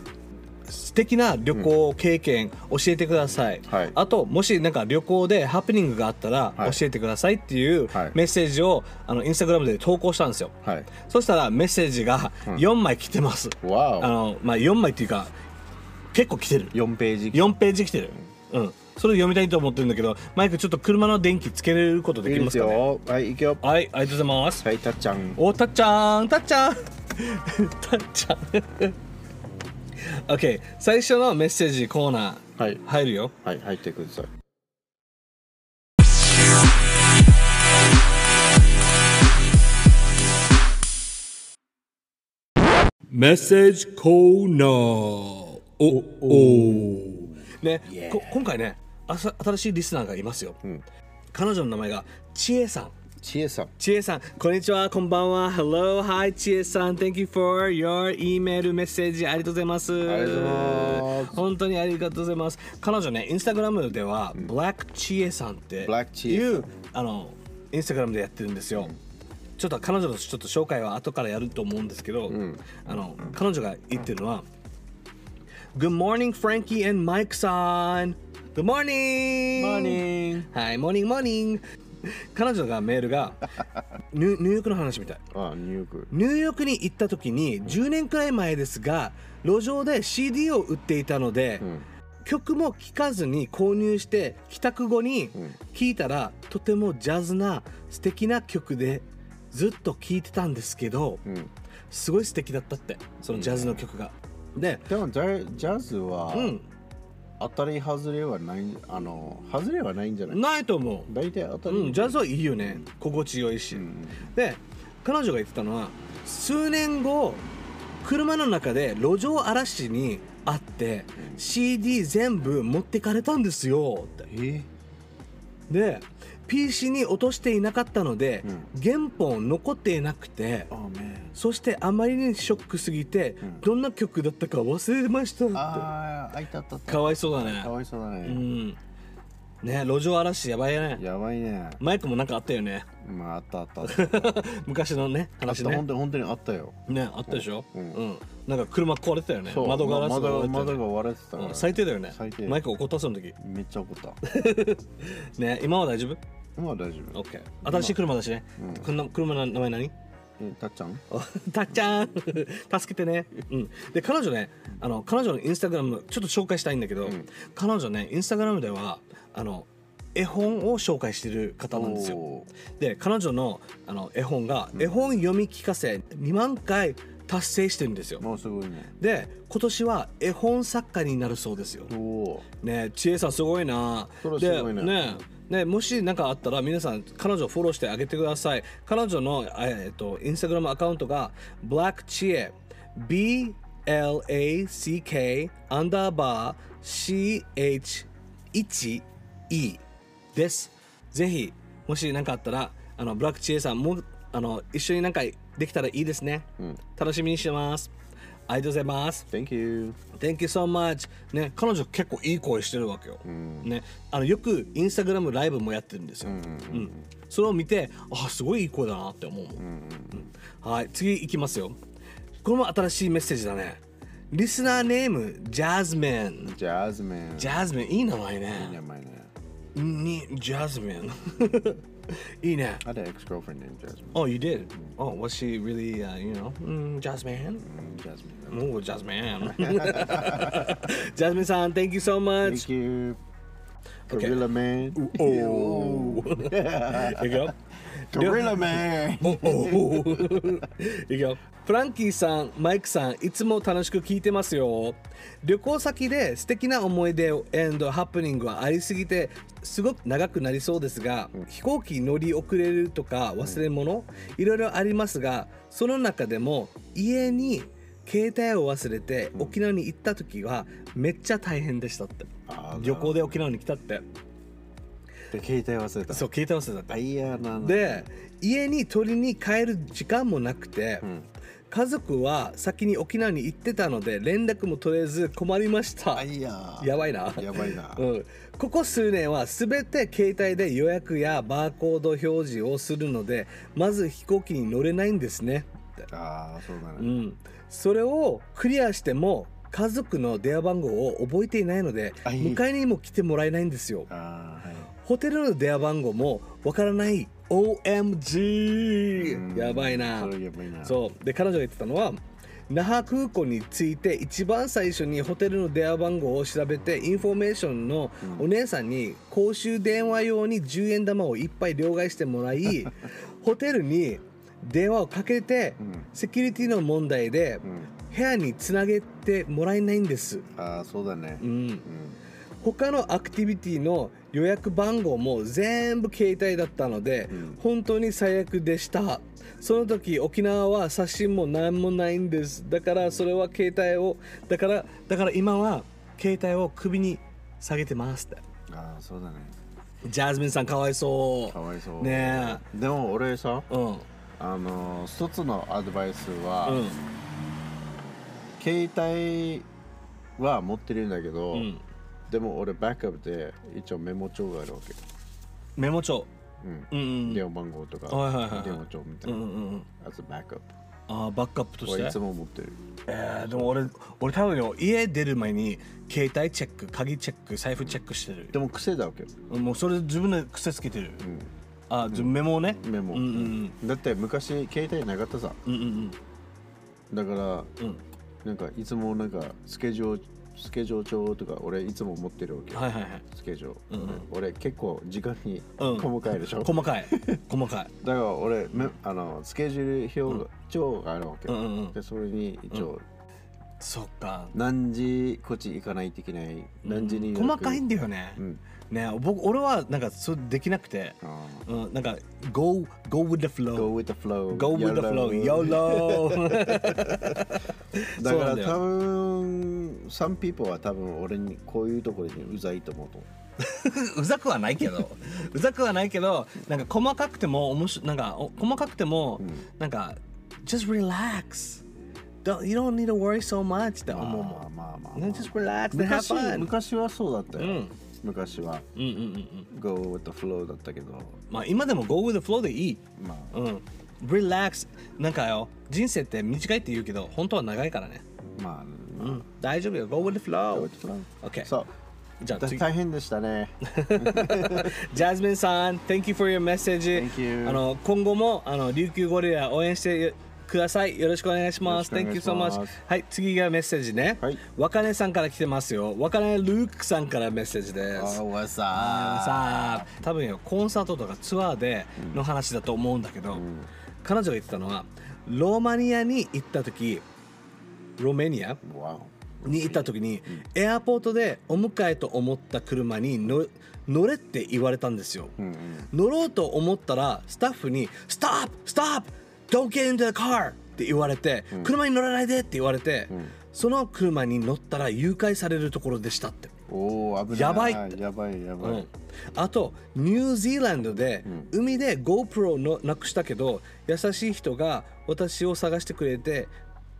A: 素敵な旅行経験教えてください、
B: はい
A: あともしなんか旅行でハプニングがあったら
B: はい
A: 教えてくださいっていう
B: はい
A: メッセージをあのインスタグラムで投稿したんですよ、
B: はい
A: そしたらメッセージが4枚来てます、
B: わお
A: あのまあ4枚っていうか結構来てる
B: 4ページ
A: 4ページ来てるうんそれを読みたいと思ってるんだけどマイクちょっと車の電気つけれることで
B: い
A: き
B: いで
A: ますすかね
B: よはい行くよ
A: はいありがとうございます
B: はいたっちゃん
A: おたっちゃんたっちゃん たっちゃん OK 最初のメッセージコーナー
B: はい
A: 入るよ
B: はい入ってください
A: メッセージコーナーおおね、こ今回ねあさ新しいリスナーがいますよ、彼女の名前が千恵さん
B: ちえさん
A: 千恵さん、こんにちは、こんばんは。Hello, hi, 千恵さん。Thank you for your email メッセージありがとうございます。
B: ありがとうございます
A: 本当にありがとうございます。彼女ね、インスタグラムでは、Black 千恵さんっていう
B: Black 千恵
A: あのインスタグラムでやってるんですよ。ちょっと彼女のちょっと紹介は後からやると思うんですけど、あの彼女が言ってるのは、Good morning, Frankie and Mike さん。Good morning!
B: Morning.
A: はい、モーニングモーニング彼女がメールが ニュニューヨークの話みたい。
B: あニューヨーク
A: ニューヨークに行った時に10年くらい前ですが路上で CD を売っていたので、
B: ん
A: 曲も聴かずに購入して帰宅後に聴いたら、とてもジャズな素敵な曲でずっと聴いてたんですけど、
B: うん
A: すごい素敵だったってそのジャズの曲が。で、
B: でもジャジャズは、
A: うん、
B: 当たり外れはないあの外れはないんじゃない
A: ないと思う。
B: 大体当たり、
A: うん、ジャズはいいよね心地よいし、
B: ん
A: で彼女が言ってたのは数年後車の中で路上荒らしにあって、CD 全部持ってかれたんですよって
B: え
A: で PC に落としていなかったので、
B: う
A: 原本残っていなくて
B: あめ
A: そしてあまりにショックすぎて、
B: ん
A: どんな曲だったか忘れましたっ
B: あーあいたあったあってた
A: かわいそうだね
B: かわいそうだ
A: う
B: ね、
A: んね路上荒らしやばいね
B: やばいね
A: マイクもなんかあったよね
B: まああったあったあったあった
A: 昔のね話ね
B: 本当に本当にあったよ
A: ねあったでしょ、う
B: うんん
A: なんか車壊れてたよね
B: そう
A: 窓ガラス
B: ま
A: 割れて
B: 窓
A: たよね
B: 窓が割れてたから、
A: うん最低だよね
B: 最低
A: マイク怒ったその時
B: めっちゃ 怒った
A: ね今は大丈夫
B: 今は大丈夫
A: ?OK 新しい車だしね、こんな車の名前 何
B: えたっちゃん
A: おたっちゃん助けてね、うん、で彼女ねあの彼女のインスタグラムちょっと紹介したいんだけど、彼女ねインスタグラムではあの絵本を紹介してる方なんですよ
B: おー
A: で彼女のあの絵本が絵本読み聞かせ2万回達成してるんですよ
B: もうすごいね
A: で今年は絵本作家になるそうですよ
B: お。お
A: ねえ千恵さんすごいな。
B: それはすごい
A: で
B: ね
A: ねえねえもし何かあったら皆さん彼女をフォローしてあげてください。彼女のえーっとインスタグラムアカウントが Black 千恵 B L A C K アンダーバー C H 1 E です。ぜひもし何かあったらあのブラックチエさんもあの一緒になんかできたらいいですね。楽しみにしてます。ありがとうございます。
B: Thank you
A: Thank you so much. ね、彼女結構いい声してるわけよ。ね、あのよくインスタグラムライブもやってるんですよ。うんそれを見て、あ、すごいいい声だなって思うもん。うんはい、次いきますよ。これも新しいメッセージだね。リスナーネーム、ジャズメン。
B: ジャズメン
A: ジャズメン、いい名前
B: いい名
A: ね。
B: 前ね
A: に、ジャズメン。 いいね。
B: I had an ex-girlfriend named Jasmine
A: Oh, you did. Oh, was she really, uh, you know, mm, Jasmine?
B: Jasmine
A: Oh, Jasmine. Jasmine さん、thank you so much.
B: Thank you
A: Okay.
B: Gorilla Man
A: Oh. you go.
B: Gorilla Man
A: Oh. you go. フランキーさん、マイクさん、いつも楽しく聞いてますよ。旅行先で素敵な思い出を and ハプニングはありすぎて、すごく長くなりそうですが、飛行機乗り遅れるとか忘れ物、いろいろありますが、その中でも家に携帯を忘れて沖縄に行った時はめっちゃ大変でしたって
B: あ。ー
A: 旅行で沖縄に来たって。
B: で携帯忘れた
A: そう、携帯忘れたって
B: あ。いやなな
A: で家に取りに帰る時間もなくて、家族は先に沖縄に行ってたので連絡も取れず困りました
B: あいや
A: やばいな
B: やばい な
A: うん、ここ数年は全て携帯で予約やバーコード表示をするのでまず飛行機に乗れないんですねって
B: ああそうだ
A: う
B: ね
A: ん、それをクリアしても家族の電話番号を覚えていないので
B: あいい
A: 迎えにも来てもらえないんですよ
B: ああはい
A: ホテルの電話番号もわからない OMG やばいな
B: それやばいな
A: そうで彼女が言ってたのは那覇空港に着いて一番最初にホテルの電話番号を調べてインフォメーションのお姉さんに公衆電話用に10円玉をいっぱい両替してもらいホテルに電話をかけて、
B: ん
A: セキュリティの問題で、
B: ん
A: 部屋につなげてもらえないんです、
B: ああそうだね
A: うん、
B: うん
A: 他のアクティビティの予約番号も全部携帯だったので、
B: うん
A: 本当に最悪でしたその時沖縄は写真も何もないんですだからそれは携帯をだからだから今は携帯を首に下げてますって
B: ああそうだね
A: ジャズミンさんかわいそう
B: かわいそう
A: ね
B: でも俺さ
A: えうん
B: あの一つのアドバイスは、
A: うん
B: 携帯は持ってるんだけど、
A: ん
B: でも俺バックアップで一応メモ帳があるわけ、
A: メモ帳
B: うん
A: うんうん
B: 電話番号とか、
A: はいはいはいはい
B: 電話帳みた
A: う
B: い
A: んう
B: な、
A: んうん
B: あとバックアッ
A: ああバックアップと
B: プ
A: し
B: 俺い
A: て
B: つも持ってる
A: えー、でも俺俺多分よ家出る前に携帯チェック鍵チェック財布チェックしてる
B: でも癖だわけ、
A: もうそれ自分で癖つけてる、
B: う
A: あじゃあメモをね
B: ん、メモ、
A: うんうん
B: だって昔携帯なかったさ
A: うんうん
B: だから
A: うんうん
B: なんかいつもなんかスケジュールスケジュール帳とか俺いつも持ってるわけ、
A: はいはいはい
B: スケジュール、
A: うんうん
B: ね俺結構時間に
A: うん
B: 細かいでしょ、
A: 細 かい細かい
B: だから俺めあのスケジュール表が、帳があるわ
A: う
B: け、
A: んうんうん
B: でそれに一応、
A: そっか
B: 何時こっち行かないといけない何時に
A: 細かいん
B: で
A: だよね、
B: うん
A: ね僕俺はなんかそれできなくて、
B: あ
A: うん、なんか go go with the
B: ー Go
A: flow
B: with the flow
A: go with the flow YOLO
B: だから
A: そうな
B: 多分 some people は多分俺にこういうところにうざいと思うと思
A: うざくはないけどうざくはないけどなんか細かくても面白なんかお細かくても、なんか just relax don't, you don't need to worry so much って
B: う
A: 思うもん
B: まあまあまあ、まあ
A: Then just relax and have
B: 昔
A: fun
B: 昔はそうだったよ、
A: うん
B: 昔は
A: うんうんうんうん
B: Go with the flow だったけど
A: まあ今でも go with the flow でいい
B: まあ
A: うん、relax なんかよ人生って短いって言うけど本当は長いからね、
B: まあ、
A: うん、大丈夫よ go with the
B: Go
A: flow
B: with the flow
A: OK
B: そう
A: じゃあ
B: だ
A: 次
B: 大変でしたね
A: ジャズミンさん Thank you for your message
B: Thank you
A: あの今後もあの琉球ゴリラ応援してくださいよろしくお願いします
B: よろ
A: Thank you
B: しく
A: so
B: お願いし
A: much
B: ます
A: はい次がメッセージね、
B: はい
A: 若根さんから来てますよ若根ルークさんからメッセージです
B: わさ
A: さあ多分よコンサートとかツアーでの話だと思うんだけど、彼女が言ってたのはローマニアに行った時ロメニア
B: わ
A: に行った時に、エアポートでお迎えと思った車に乗乗れって言われたんですよ、
B: うんうん
A: 乗ろうと思ったらスタッフに「Stop! Stop! Don't get into the car!」って言われて、車に乗らないでって言われて、その車に乗ったら誘拐されるところでしたって。
B: おお危ない
A: やばい
B: やばいやばい、
A: うんあとニュージーランドで、海で GoPro のなくしたけど優しい人が私を探してくれて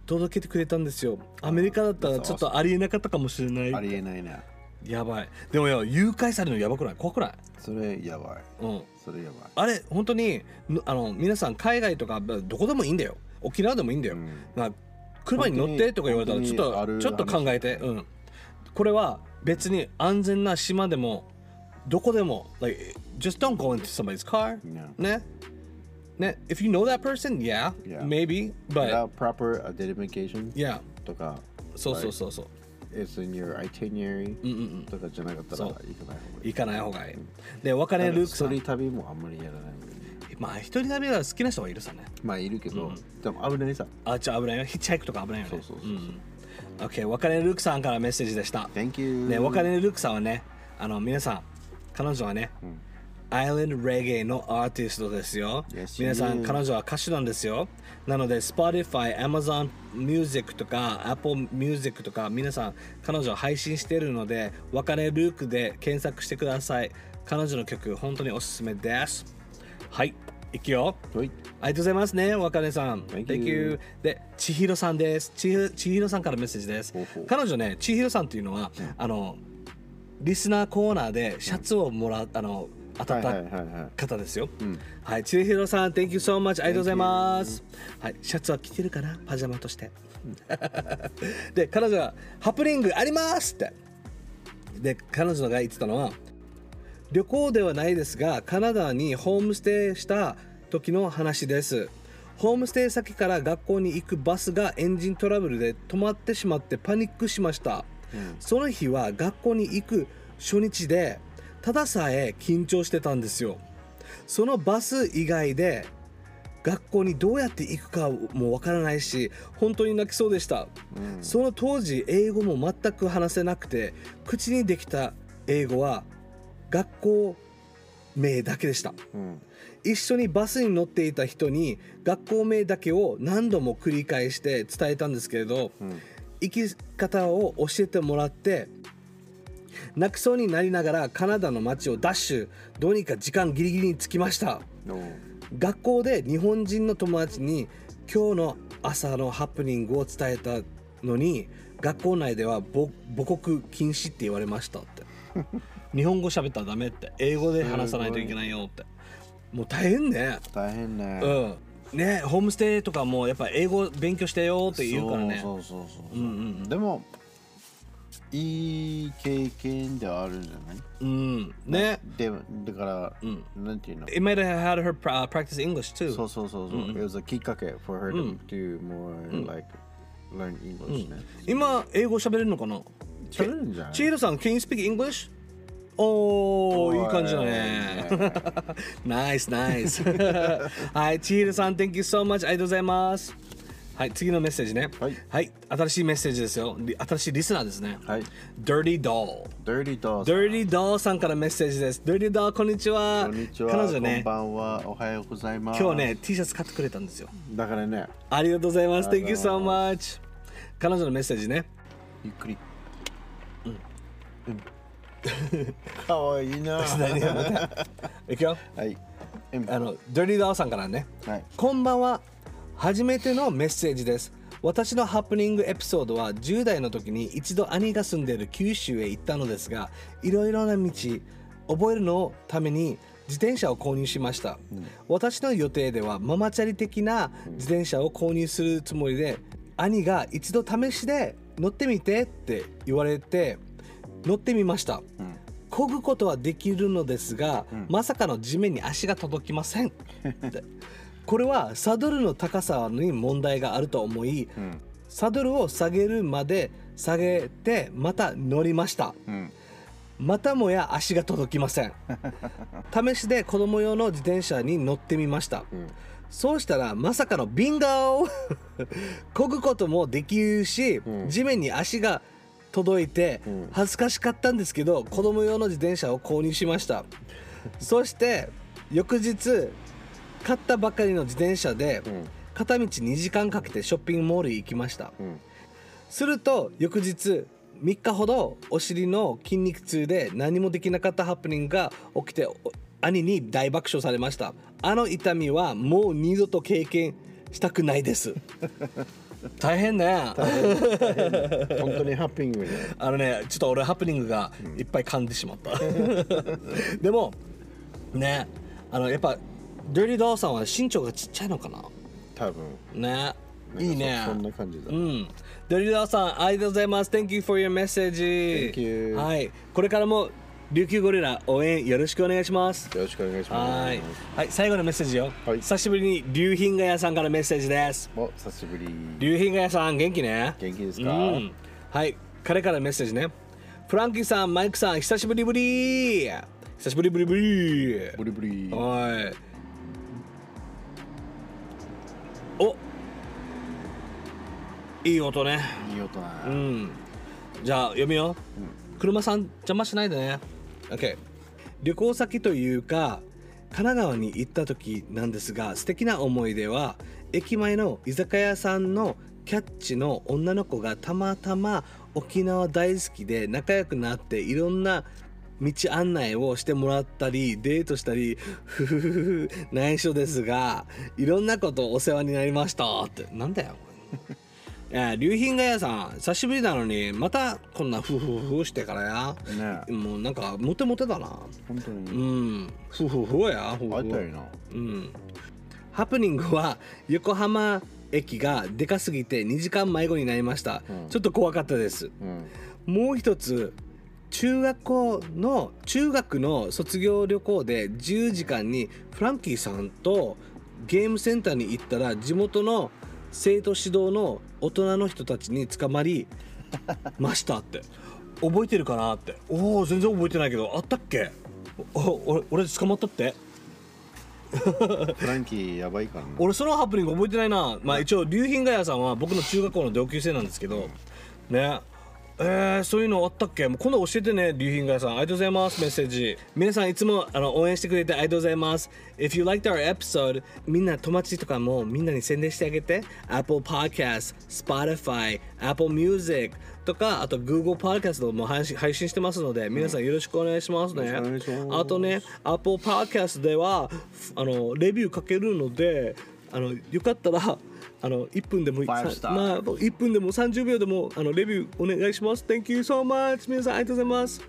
A: 届けてくれたんですよアメリカだったらちょっとありえなかったかもしれな
B: あ
A: い
B: りえないな
A: やばいでもよ誘拐されるのやばくない怖くない
B: それやばい
A: うん
B: それやばい
A: あれ本当にぬあの皆さん海外とかまあどこでもいいんだよ沖縄でもいいんだよ、なんか車に乗ってとか言われたらちょっ
B: 本当に
A: と
B: ある
A: ちょっと考えて、うん、これは別に安全な島でもどこでも like just don't go into somebody's car、
B: Yeah.
A: ねね if you know that person yeah,
B: Yeah.
A: maybe but
B: Without proper identification
A: yeah
B: とか
A: そうそうそうそう
B: It's in your itinerary とかじゃなかったら
A: そう
B: 行かない方がいい
A: 行かない方がいいで別れルークさ
B: 一
A: ん
B: 人旅もあんまりやらない
A: まあ一人旅は好きな人はいるさね
B: まあいるけど、でも危ないさ
A: あちょ危ないよヒッチハイクとか危ないよね
B: そうそうそうそう
A: OK 別れルークさんからメッセージでした
B: Thank you
A: ね別れルークさんはねあの皆さん彼女はね、アイランドレゲエのアーティストですよ
B: Yes,
A: 皆さん
B: you.
A: 彼女は歌手なんですよなので Spotify、Amazon Music とか Apple Music とか皆さん彼女は配信しているので別れルークで検索してください彼女の曲本当におすすめですはいいくよあ
B: はい
A: りがとうございますね、若根さん。
B: Thank you.
A: で、千尋さんです。千尋千尋さんからメッセージです
B: ほうほう。
A: 彼女ね、千尋さんっていうのは、あの、リスナーコーナーでシャツをもらう、あの、当たっ
B: はいはいはいはい
A: た方ですよ。はい、千尋さん、Thank you so much。ありがとうございます。はい、シャツは着てるかなパジャマと して。で、彼女は、ハプニングありますって。で、彼女が言ってたのは、旅行ではないですがカナダにホームステイした時の話ですホームステイ先から学校に行くバスがエンジントラブルで止まってしまってパニックしました、その日は学校に行く初日でたださえ緊張してたんですよそのバス以外で学校にどうやって行くかもわからないし本当に泣きそうでした、その当時英語も全く話せなくて口にできた英語は学校名だけでした
B: うん
A: 一緒にバスに乗っていた人に学校名だけを何度も繰り返して伝えたんですけれど、
B: ん
A: 行き方を教えてもらって泣きそうになりながらカナダの街をダッシュどうにか時間ギリギリに着きました
B: おう
A: 学校で日本人の友達に今日の朝のハプニングを伝えたのに学校内では母母国禁止って言われましたって 日本語喋ったらダメって英語で話さないといけないよってもう大変ね
B: 大変ね、
A: うんねホームステイとかもやっぱ英語勉強してよって言うからね
B: そうそうそうそう、
A: うんうん
B: でもいい経験ではあるんじゃない
A: うんね
B: でだから、
A: ん
B: なんていうの
A: It might have had her pra- practice English too
B: そうそうそうそう、It was a きっかけ for her to、do more、like learn English ね、
A: 今英語喋れるのかな
B: 喋れるんじゃない
A: ちひろさん Can you speak English? おーいい感じだね ナイスナイス はいちひろさん Thank you so much ありがとうございますはい次のメッセージね
B: はい
A: 新しいメッセージですよリ新しいリスナーですね
B: はい
A: Dirty Doll
B: Dirty Dolls
A: Dirty Doll さんからメッセージです。Dirty Doll こんにちは。
B: こんにちは
A: 彼女
B: こん
A: ね、
B: ばんはおはようございます
A: 今日ね T シャツ買ってくれたんですよ。
B: だからね
A: ありがとうございます。
B: あり
A: Thank
B: が
A: you
B: とうござ
A: so
B: い
A: much。彼女のメッセージ ね。
B: ゆっくりうん かわいいな
A: 何やまたいくよ。
B: はいうん
A: あの Dirty Doll さんからね。
B: はい
A: こんばんは。初めてのメッセージです。私のハプニングエピソードは10代の時に一度兄が住んでいる九州へ行ったのですがいろいろな道覚えるのをために自転車を購入しました、私の予定ではママチャリ的な自転車を購入するつもりで兄が一度試しで乗ってみてって言われて乗ってみました、漕ぐことはできるのですが、まさかの地面に足が届きません ってこれはサドルの高さに問題があると思い、
B: うん
A: サドルを下げるまで下げてまた乗りました
B: うん
A: またもや足が届きま せん試しで子供用の自転車に乗ってみました、そうしたらまさかのビンゴー漕ぐ こともできるし、地面に足が届いて恥ずかしかったんですけど子供用の自転車を購入しま したそして翌日買ったばかりの自転車で片道2時間かけてショッピングモールへ行きました、
B: ん
A: すると翌日3日ほどお尻の筋肉痛で何もできなかったハプニングが起きてお兄に大爆笑されましたあの痛みはもう二度と経験したくないです 大変ね
B: 本当にハッピングね
A: あのねちょっと俺ハプニングがいっぱい噛んでしまった、 でもねあのやっぱデュリー・ドーさんは身長がちっちゃいのかな
B: 多分
A: ねいいね
B: そんな感じだ
A: うん。ドリラーさん、ありがとうございます。Thank you for your message.
B: Thank you.
A: はい。これからも琉球ゴリラ応援よろしくお願いします。
B: よろしくお願いします
A: はい。はい、最後のメッセージよ。
B: はい
A: 久しぶりに竜品が屋さんからメッセージです。
B: お久しぶり
A: 竜品が屋さん、元気ね。
B: 元気です
A: う
B: か、
A: ん。はい。彼からメッセージね。フランキーさん、マイクさん、久しぶりぶり。久しぶりぶりぶり。
B: ブリブリ
A: はい。お。いい音ね。
B: いい音だ
A: う
B: な、
A: ん。じゃあ読みよう。車さん邪魔しないでね。OK。旅行先というか神奈川に行った時なんですが素敵な思い出は駅前の居酒屋さんのキャッチの女の子がたまたま沖縄大好きで仲良くなっていろんな道案内をしてもらったりデートしたりふふふふ内緒ですがいろんなことお世話になりましたってなんだよえー、竜品が屋さん久しぶりなのにまたこんなフフフしてからや、
B: ね
A: もうなんかモテモテだな
B: 本当
A: う
B: に
A: んフフフやフフ
B: 会いたい
A: フ
B: な
A: うんハプニングは横浜駅がでかすぎて2時間迷子になりました、
B: うん
A: ちょっと怖かったです
B: うん
A: もう一つ中学校の中学の卒業旅行で10時間にフランキーさんとゲームセンターに行ったら地元の生徒指導の大人の人たちに捕ま りましたって覚えてるかなっておお全然覚えてないけどあったっけお俺俺捕まったって
B: フランキーやばいからな
A: 俺そのハプニング覚えてないなまあ一応竜品ヶ谷さんは僕の中学校の同級生なんですけどねえー、そういうのあったっけもう今度教えてね、竜品街さん。ありがとうございます、メッセージ。皆さんいつもあの応援してくれてありがとうございます。If you liked our episode, みんな友達とかもみんなに宣伝してあげて。Apple Podcast、Spotify、Apple Music とか、あと Google Podcast も配信配信してますので、皆さんよろしくお願いしますね。
B: よろしくお願いします
A: あとね、Apple Podcast ではあのレビューかけるので、あのよかったら、あの1分でもいい
B: ファイブスター
A: まああと1分でも30秒でもあのレビューお願いします。Thank you so much! 皆さんありがとうございます。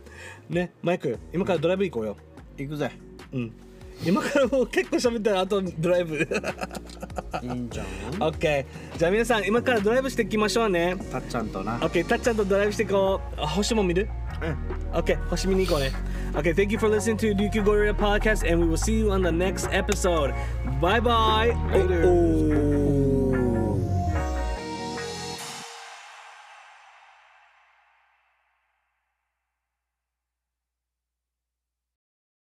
A: ね、マイク、今からドライブ行こうよ。
B: 行くぜ
A: うん。今からもう結構喋ったらあとドライブ。
B: いい んじゃん
A: OK。じゃあ皆さん今からドライブしていきましょうね。
B: たっちゃんとな
A: OK、たっちゃんとドライブしていこう。あ星も見る
B: うん
A: Okay, hoshi mini ko ne. Okay, thank you for listening to Ryukyu Gorilla Podcast, and we will see you on the next episode. Bye bye.
B: Later.
A: Oh.